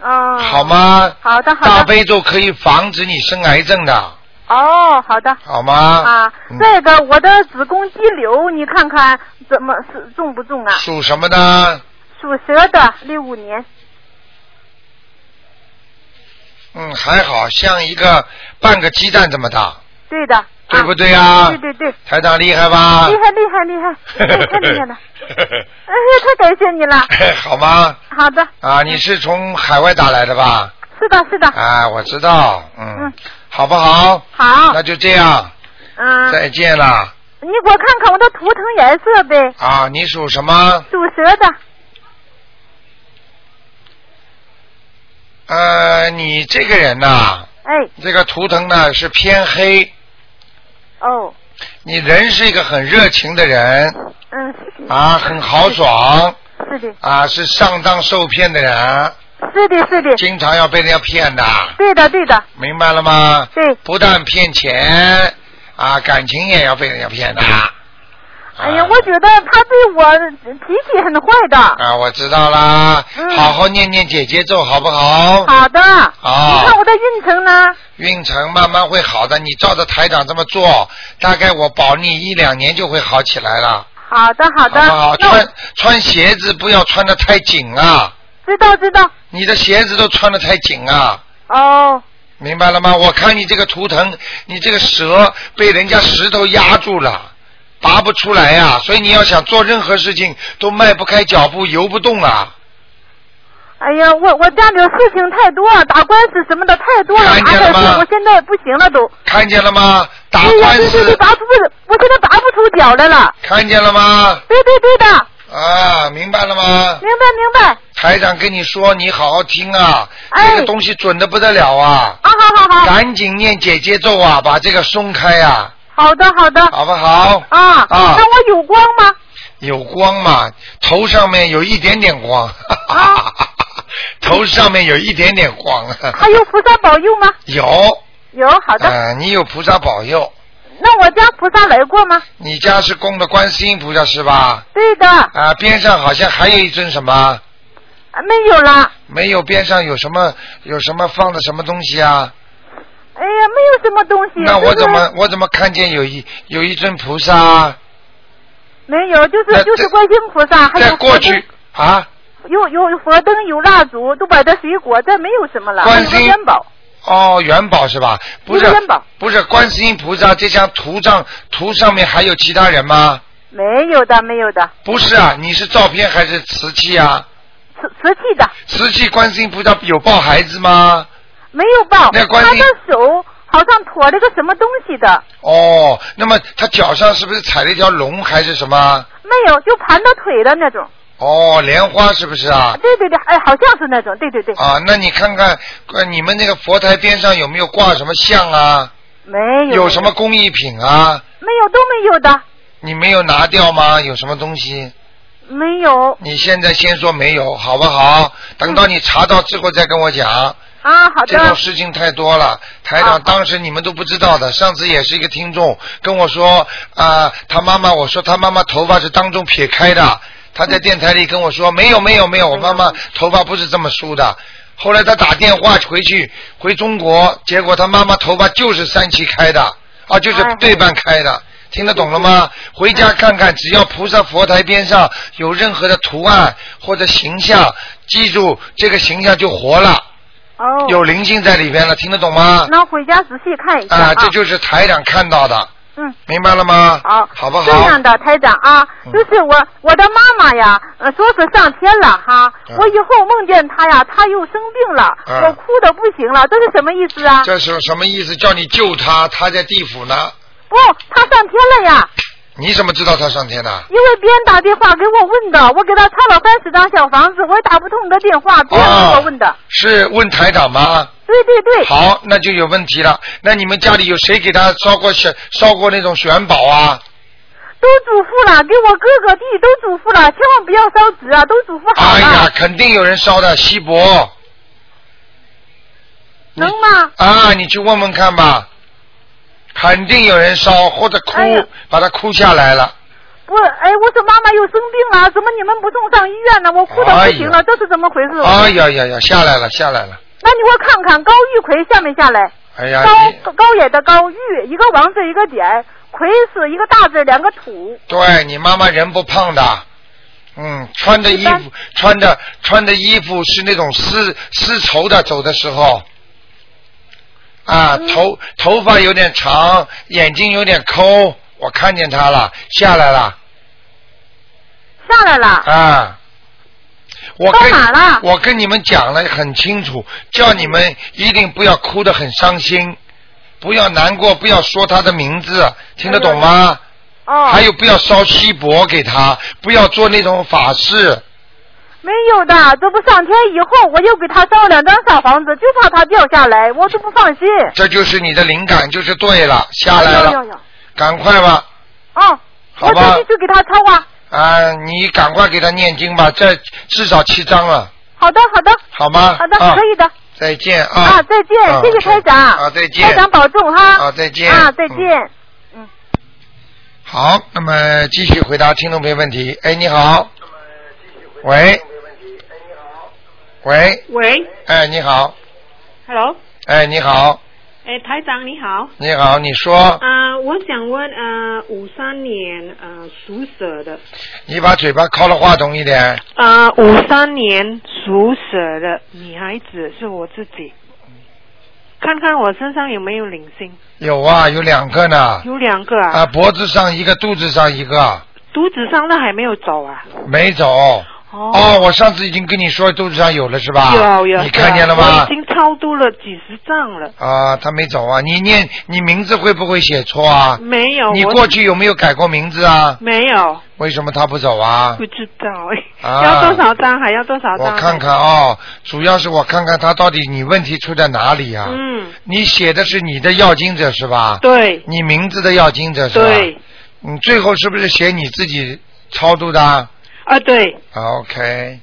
嗯，好，吗？好大的，好的，悲咒可以防止你生癌症的，哦，好的，好吗？啊，嗯再一个，我的子宫肌瘤，你看看怎么是重不重啊？属什么呢？属蛇的，六五年，嗯，还好像一个半个鸡蛋这么啊大，对的，对不啊？对啊？对对对，台长厉害吧 厉？害厉害厉害，哎太厉害了，哎呀，太感谢你了。好吗？好的，啊，你是从海外打来的吧？是的，是的，啊，我知道，嗯，嗯好不好？好那，就这样，嗯，再见了。你给我看看我的图腾颜色呗，啊，你属什么？属蛇的，呃，你这个人呐、哎，这个图腾呢是偏黑，哦，你人是一个很热情的人嗯，是啊，很豪爽是的，啊，是上当受骗的人，是的，是的，经常要被人家骗的，对的，对的，明白了吗？对。不但骗钱啊，感情也要被人家骗的。哎呀啊，我觉得他对我脾气很坏的。啊，我知道啦，嗯好好念念姐姐咒好不好？好的。啊你看我的运程呢？运程慢慢会好的，你照着台长这么做，大概我保你一两年就会好起来了，好的，好的。好不好？那我穿穿鞋子不要穿的太紧啊，知道知道。你的鞋子都穿的太紧啊，哦，明白了吗？我看你这个图腾，你这个蛇被人家石头压住了。拔不出来呀、所以你要想做任何事情都迈不开脚步，游不动啊！哎呀，我我家里的事情太多，啊打官司什么的太多了，看麻见了烦吗事，我现在不行了都。看见了吗？打对呀，官对对对，司，拔不出，我现在拔不出脚来了。看见了吗？对对对的，啊，明白了吗？明白明白。台长跟你说，你好好听啊，哎这个东西准的不得了啊，啊，好好好，赶紧念姐姐咒啊，把这个松开啊，好的好的。好不好？啊啊那我有光吗？有光嘛，头上面有一点点光， 啊头上面有一点点光，哎还有菩萨保佑吗？ 有，啊有，好的。嗯、你有菩萨保佑，那我家菩萨来过吗？你家是供的观世音菩萨是吧？对的，啊，边上好像还有一尊什么？啊没有啦。没有，边上有什么有什么放的什么东西啊？哎呀，没有什么 东西。啊那我就是怎么我怎么看见有一有一尊菩萨啊没有？就那是就是这观音菩萨，还在有过佛去灯，啊？有有佛灯，有蜡烛，都摆的水果，这没有什么了。观还有个世音元宝，哦，元宝是吧？不一是个元宝不是观世音菩萨这张图上图上面还有其他人吗？没有的，没有的，不是啊，你是照片还是瓷器啊？瓷瓷器的瓷器观世音菩萨有抱孩子吗？没有抱。那观世他音的手好像驮了个什么东西的，哦，那么他脚上是不是踩了一条龙还是什么？没有，就盘到腿的那种。哦，莲花是不是啊？对对对，哎，好像是那种，对对对，啊，那你看看，呃，你们那个佛台边上有没有挂什么像啊？没有有什么工艺品啊？没有都没有的，你没有拿掉吗？有什么东西？没有你现在先说没有，好不好？等到你查到之后再跟我讲。啊。好这的种，事情太多了，台啊长当时你们都不知道的。上次也是一个听众跟我说，啊、他妈妈，我说他妈妈头发是当中撇开的，他在电台里跟我说，没有没有没有，我妈妈头发不是这么梳的。后来他打电话回去回中国，结果他妈妈头发就是三七开的，啊，就是哎对半开的。听得懂了嗯吗？回家看看，只要菩萨佛台边上有任何的图案或者形象，记住这个形象就活了。哦，有灵性在里边了，听得懂吗？那回家仔细看一下啊，啊。这就是台长看到的，嗯。明白了吗？好，好不好？这样的，台长啊，嗯就是我我的妈妈呀，呃，说是上天了哈，嗯我以后梦见她呀，她又生病了，嗯我哭的不行了，这是什么意思啊？这是什么意思？叫你救他，他在地府呢，不，她上天了呀，你怎么知道他上天呢？因为别人打电话给我问的，我给她抄了三十张小房子，我也打不通你的电话，别人给我问的。哦是问台长吗？对对对，好，那就有问题了。那你们家里有谁给他烧过小烧过那种元宝啊？都嘱咐了，给我哥哥弟都嘱咐了，千万不要烧纸啊，都嘱咐好哎了，呀，肯定有人烧的，锡箔能吗？啊，你去问问看吧，肯定有人烧或者哭，哎呀把他哭下来了。不，哎，我说妈妈又生病了，怎么你们不送上医院呢？我哭的不行哎了，呀这是怎么回事？哎呀呀呀，下来了，下来了。那你给我看看高玉葵下没下来？哎呀，你高高野的高玉，一个王字一个点，葵是一个大字两个土。对你妈妈人不胖的，嗯，穿的衣一般服穿的穿的衣服是那种丝丝绸的，走的时候，啊，嗯头头发有点长，眼睛有点抠，我看见她了，下来了下来了，啊。我到跟哪了我跟你们讲了很清楚，叫你们一定不要哭得很伤心，不要难过，不要说她的名字，听得懂吗？哦，还有不要烧锡箔给他，不要做那种法事。没有的，这不上天以后，我又给他烧两张小房子，就怕他掉下来，我就不放心。这就是你的灵感，就是对了，下来哎呦呦了，呦赶快吧，哦，好我吧再，去给他抄啊。啊，你赶快给他念经吧，这至少七章了，好的，好的，好吗？好的，啊可以的。再见啊！啊，再见，啊谢谢台长。啊，再见。台长保重哈。啊再见啊，再见。好，那么继续回答听众朋友问题。哎，你好。喂。喂，喂哎，你好， ，Hello，哎，你好，哎，台长你好，你好，你说，啊、我想问，呃，五三年呃属蛇的，你把嘴巴靠了话筒一点，啊、5五三年属蛇的女孩子是我自己，看看我身上有没有灵性，有啊，有两个呢。有两个啊，啊，脖子上一个，肚子上一个，肚子上的还没有走啊，没走。哦哦，我上次已经跟你说肚子上有了是吧？有有，你看见了我吗已？经超度了几十张了，啊，他没走啊！你念你名字会不会写错啊？没有，你我过去有没有改过名字啊？没有，为什么他不走啊不？知道，哎啊要多少张还要多少张？我看看，啊，主要是我看看他到底你问题出在哪里啊？嗯，你写的是你的要经者是吧？对你名字的要经者是吧？对，你最后是不是写你自己超度的啊？啊对。 OK。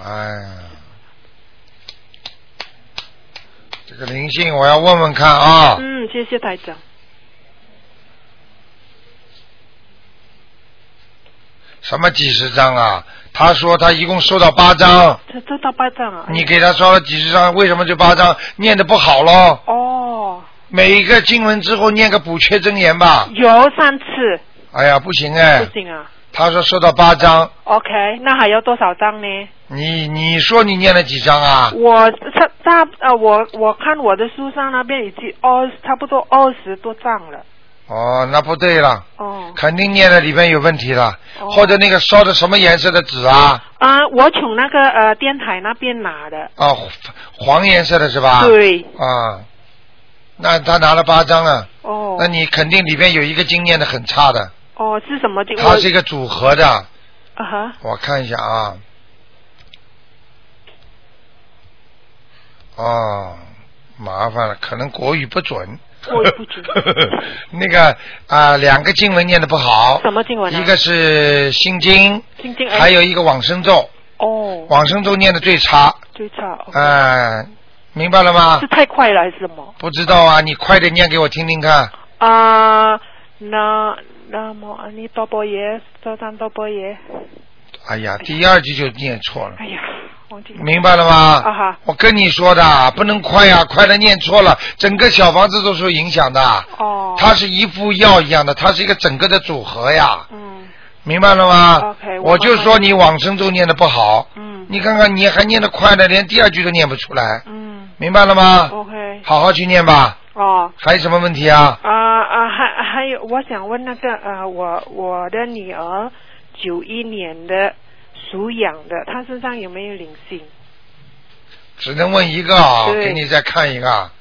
哎呀，这个灵性我要问问看啊。嗯，谢谢台长。什么几十张啊？他说他一共收到八张，这都到八张啊。你给他烧了几十张，为什么就八张？念的不好咯。哦，每一个经文之后念个补缺真言吧。有三次，哎呀，不行哎不，行啊。他说收到八张， OK，那还要多少张呢？你你说你念了几张啊？我差差呃，我我看我的书上那边已经二差不多二十多张了。哦，那不对了，哦，肯定念的里边有问题了，哦或者那个烧的什么颜色的纸啊？啊、我从那个呃电台那边拿的。啊，黄黄颜色的是吧？。对，啊，那他拿了八张了，哦那你肯定里边有一个经念的很差的，哦是什么经？它是一个组合的，我啊哈，我看一下啊。哦，麻烦了，可能国语不准。我也不知 那个啊、两个经文念的不好，什么经文啊？哎一个是心经，心哎经，还有一个往生咒，哦，往生咒念的最差，最差。哦哎、明白了吗是？太快了还是什么？不知道啊，你快点念给我听听看。啊、那那么阿弥陀佛耶，多赞多波耶。哎呀，第二句就念错了，哎呀，忘记了。明白了吗？啊哈，我跟你说的，不能快呀、快了念错了，整个小房子都受影响的。哦。它是一副药一样的，它是一个整个的组合呀，嗯明白了吗 OK，我我就说你往生咒念的不好，嗯你看看你还念得快的，连第二句都念不出来，嗯明白了吗？ ，OK，好好去念吧，哦。还有什么问题啊？啊啊，还还有，我想问那个呃，我我的女儿九一年的属羊的，她身上有没有灵性？只能问一个啊，对给你再看一个啊。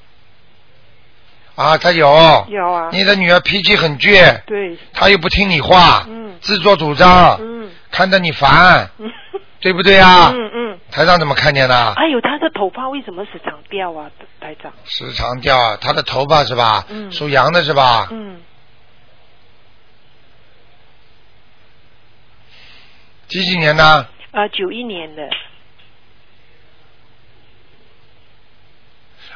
啊，他有，有啊，你的女儿脾气很倔，对，她又不听你话，嗯自作主张，嗯看得你烦，嗯对不对啊？嗯哎嗯，台长怎么看见的？还有她的头发为什么时常掉啊，台长？时常掉啊，她的头发是吧？嗯属羊的是吧？嗯，几几年呢？呃，九一年的，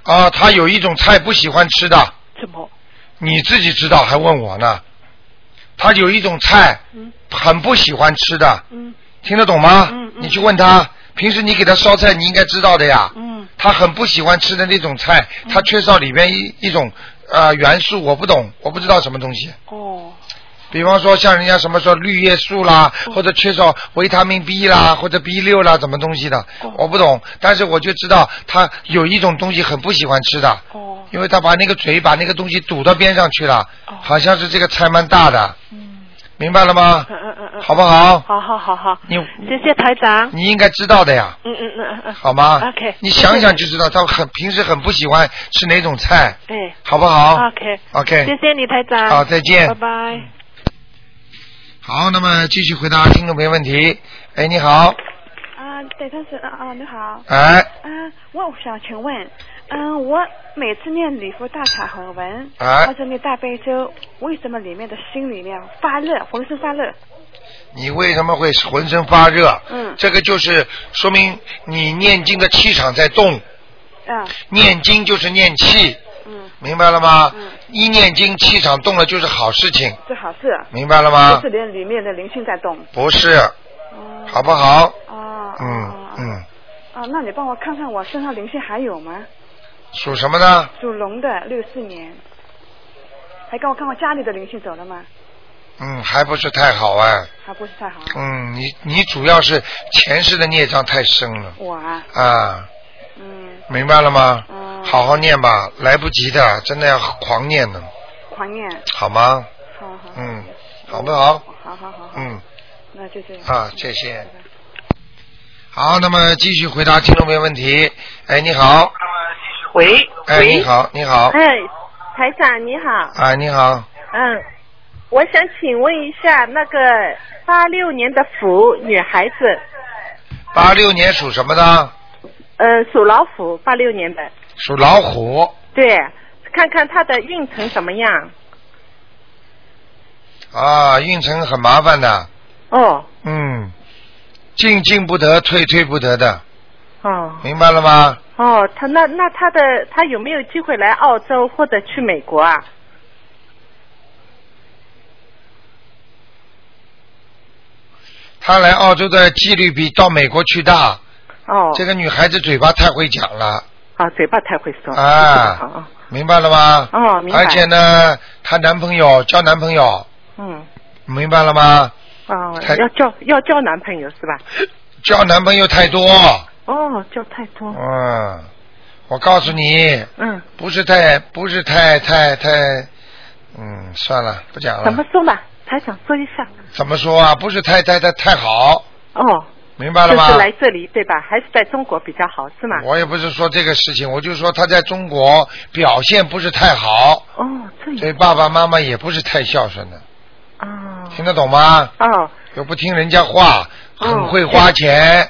啊，她有一种菜不喜欢吃的，怎么？你自己知道还问我呢？她有一种菜嗯很不喜欢吃的，嗯听得懂吗？嗯嗯你去问她，平时你给她烧菜，你应该知道的呀。嗯她很不喜欢吃的那种菜，她缺少里边一一种呃元素，我不懂，我不知道什么东西。哦比方说像人家什么说绿叶素啦，嗯或者缺少维他命 B 啦，或者 B 六啦，什么东西的，嗯我不懂，但是我就知道他有一种东西很不喜欢吃的，哦因为他把那个嘴把那个东西堵到边上去了，哦好像是这个菜蛮大的，嗯明白了吗？嗯嗯嗯嗯，好不好？好好好好，你谢谢台长。你应该知道的呀，嗯嗯嗯嗯，好吗 OK，你想想就知道他很平时很不喜欢吃哪种菜，哎好不好，OK， ？OK，谢谢你台长。好，再见。拜拜。好，那么继续回答听众朋友问题。哎，你好，啊，对，他是啊啊，你好，哎，啊，我想请问，嗯，我每次念礼佛大忏悔文，哎或者念大悲咒，为什么里面的心里面发热，浑身发热？你为什么会浑身发热？嗯这个就是说明你念经的气场在动，啊，念经就是念气，嗯，明白了吗？嗯一念经气场动了就是好事情，这好事，明白了不吗是？连里面的灵性在动。不是，哦好不好？啊，嗯啊嗯，啊，那你帮我看看我身上灵性还有吗？属什么呢？属龙的，六四年。还跟我看我家里的灵性走了吗？嗯，还不是太好啊。还不是太好。嗯，你你主要是前世的孽障太深了我啊，啊，嗯，明白了吗？哦好好念吧，来不及的，真的要狂念呢，狂念，好吗？好好，嗯，好不好？好好好好，嗯。那就这样。啊，谢谢拜拜。好，那么继续回答听众朋友问题。哎，你好，喂，哎，喂你好，你好，哎，台长你好，啊，你好，嗯，我想请问一下，那个八六年的虎女孩子，八六年属什么的？呃，属老虎，八六年的，属老虎对，看看她的运程怎么样？啊，运程很麻烦的，哦，嗯，进进不得，退退不得的，哦明白了吗？哦，他那那他的他有没有机会来澳洲或者去美国啊？她来澳洲的几率比到美国去大。哦，这个女孩子嘴巴太会讲了啊，嘴巴太会说好啊，明白了吗？哦明白而且呢，她男朋友交男朋友，嗯，明白了吗？哦太，要交要交男朋友是吧？交男朋友太多，哦，交太多，嗯，我告诉你，嗯，不是太不是太太太，嗯，算了，不讲了。怎么说嘛？台长说一下，怎么说啊？不是太太太太好，哦，明白了就是吗？来这里对吧？还是在中国比较好是吗？我也不是说这个事情，我就说她在中国表现不是太好，哦，这样对爸爸妈妈也不是太孝顺的，啊，听得懂吗？哦又不听人家话，很会花钱，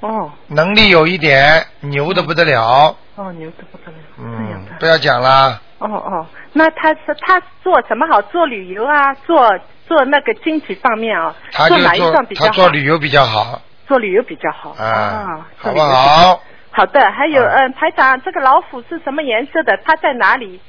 哦能力有一点，牛的不得了。哦，哎牛的不得了，嗯，不要讲啦，哦哦，那他是他做什么好？做旅游啊，做做那个经济方面啊，他就哪一做项比较他好？做旅游比较好做旅游比较好啊，啊，好啊做不旅游比较好？好？好的，还有嗯，排长，这个老虎是什么颜色的？它在哪里？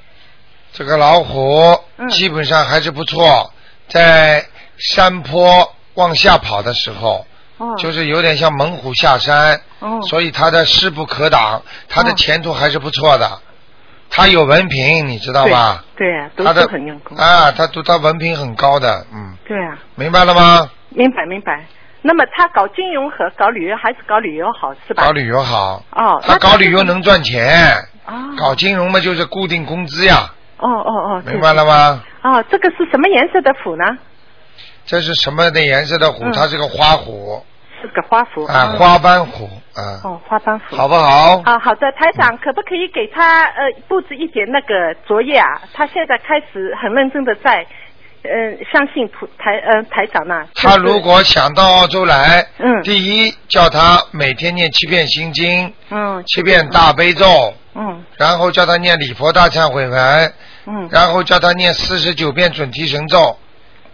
这个老虎嗯基本上还是不错，在山坡往下跑的时候，哦就是有点像猛虎下山，哦所以他的势不可挡，他的哦前途还是不错的。他有文凭，你知道吧？对对啊，读他的书很用功。啊，他读他文凭很高的，嗯，对啊，明白了吗？明白明白。那么他搞金融和搞旅游还是搞旅游好是吧？搞旅游好，哦，他那搞旅游能赚钱，哦搞金融嘛就是固定工资呀，哦哦哦，对明白了？吗？哦，这个是什么颜色的虎呢？这是什么的颜色的虎？嗯它是个花虎是个花虎啊，花。斑虎啊，哦，花斑虎。好不好？啊，好的，台长，可不可以给他呃布置一点那个作业啊？他现在开始很认真的在，嗯、相信普台呃台长呐、就是他如果想到澳洲来，嗯，第一叫他每天念七遍心经，嗯，七遍大悲咒，嗯然后叫他念礼佛大忏悔文，嗯，然后叫他念四十九遍准提神咒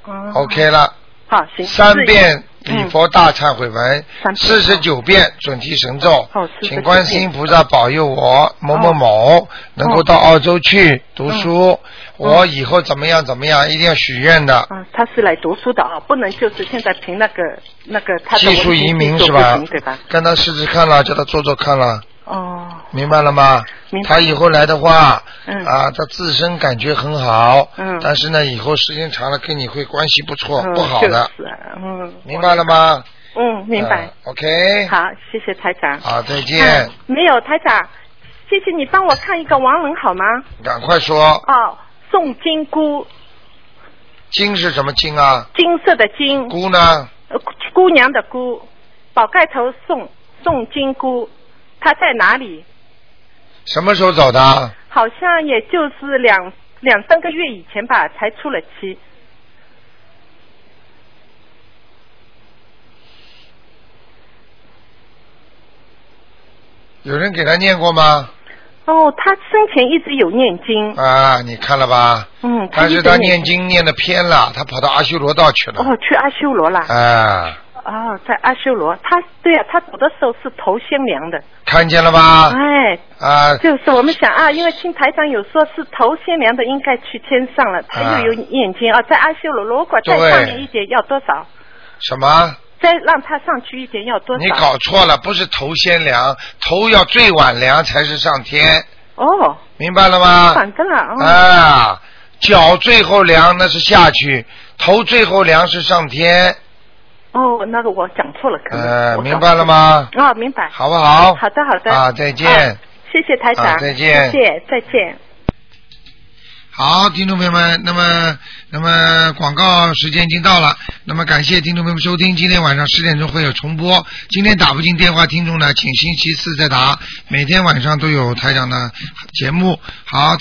嗯哦，OK 了，好行，三是遍嗯礼佛大忏悔文，三遍四十九遍准提神咒哦，49请观世音菩萨保佑我某某哦某能够到澳洲去读书，嗯我以后怎么样怎么样，一定要许愿的。啊，他是来读书的啊，不能就是现在凭那个那个他的技术文凭移民去是做吧不行对吧？？跟他试试看了，叫他做做看了，哦，明白了吗明？白他以后来的话，嗯啊，他自身感觉很好，嗯但是呢，以后时间长了跟你会关系不错，嗯不好的，就是啊嗯明白了吗？嗯，明白。嗯 OK，好，谢谢台长。好，再见，没有台长，谢谢你帮我看一个亡人好吗？赶快说，哦，宋金姑，金是什么金啊？金色的金，姑呢？呃姑娘的姑，宝盖头宋宋金姑，她在哪里？什么时候走的？好像也就是两两三个月以前吧，才出了期。有人给他念过吗？哦，她生前一直有念经，啊，你看了吧？嗯，她但一是直他念。经念的偏了，他跑到阿修罗道去了。哦，去阿修罗啦！啊，哦，在阿修罗，她对啊，她走的时候是头先凉的。看见了吧？哎，啊，就是我们想啊，因为听台长有说是头先凉的应该去天上了，他啊又有眼睛啊，在阿修罗，如果再对上面一点要多少？什么？再让他上去一点要多少？你搞错了，不是头先凉，头要最晚凉才是上天，哦，明白了吗？反正了哦啊，脚最后凉那是下去，头最后凉是上天，哦，那个我讲错了，可能呃，我搞明白了吗？啊、明白。好不好？好的，好的。啊，再见啊。谢谢台长。啊再见谢谢，再见。好，听众朋友们，那么那么广告时间已经到了，那么感谢听众朋友们收听，今天晚上十点钟会有重播。今天打不进电话听众呢，请星期四再打，每天晚上都有台长的节目。好，听。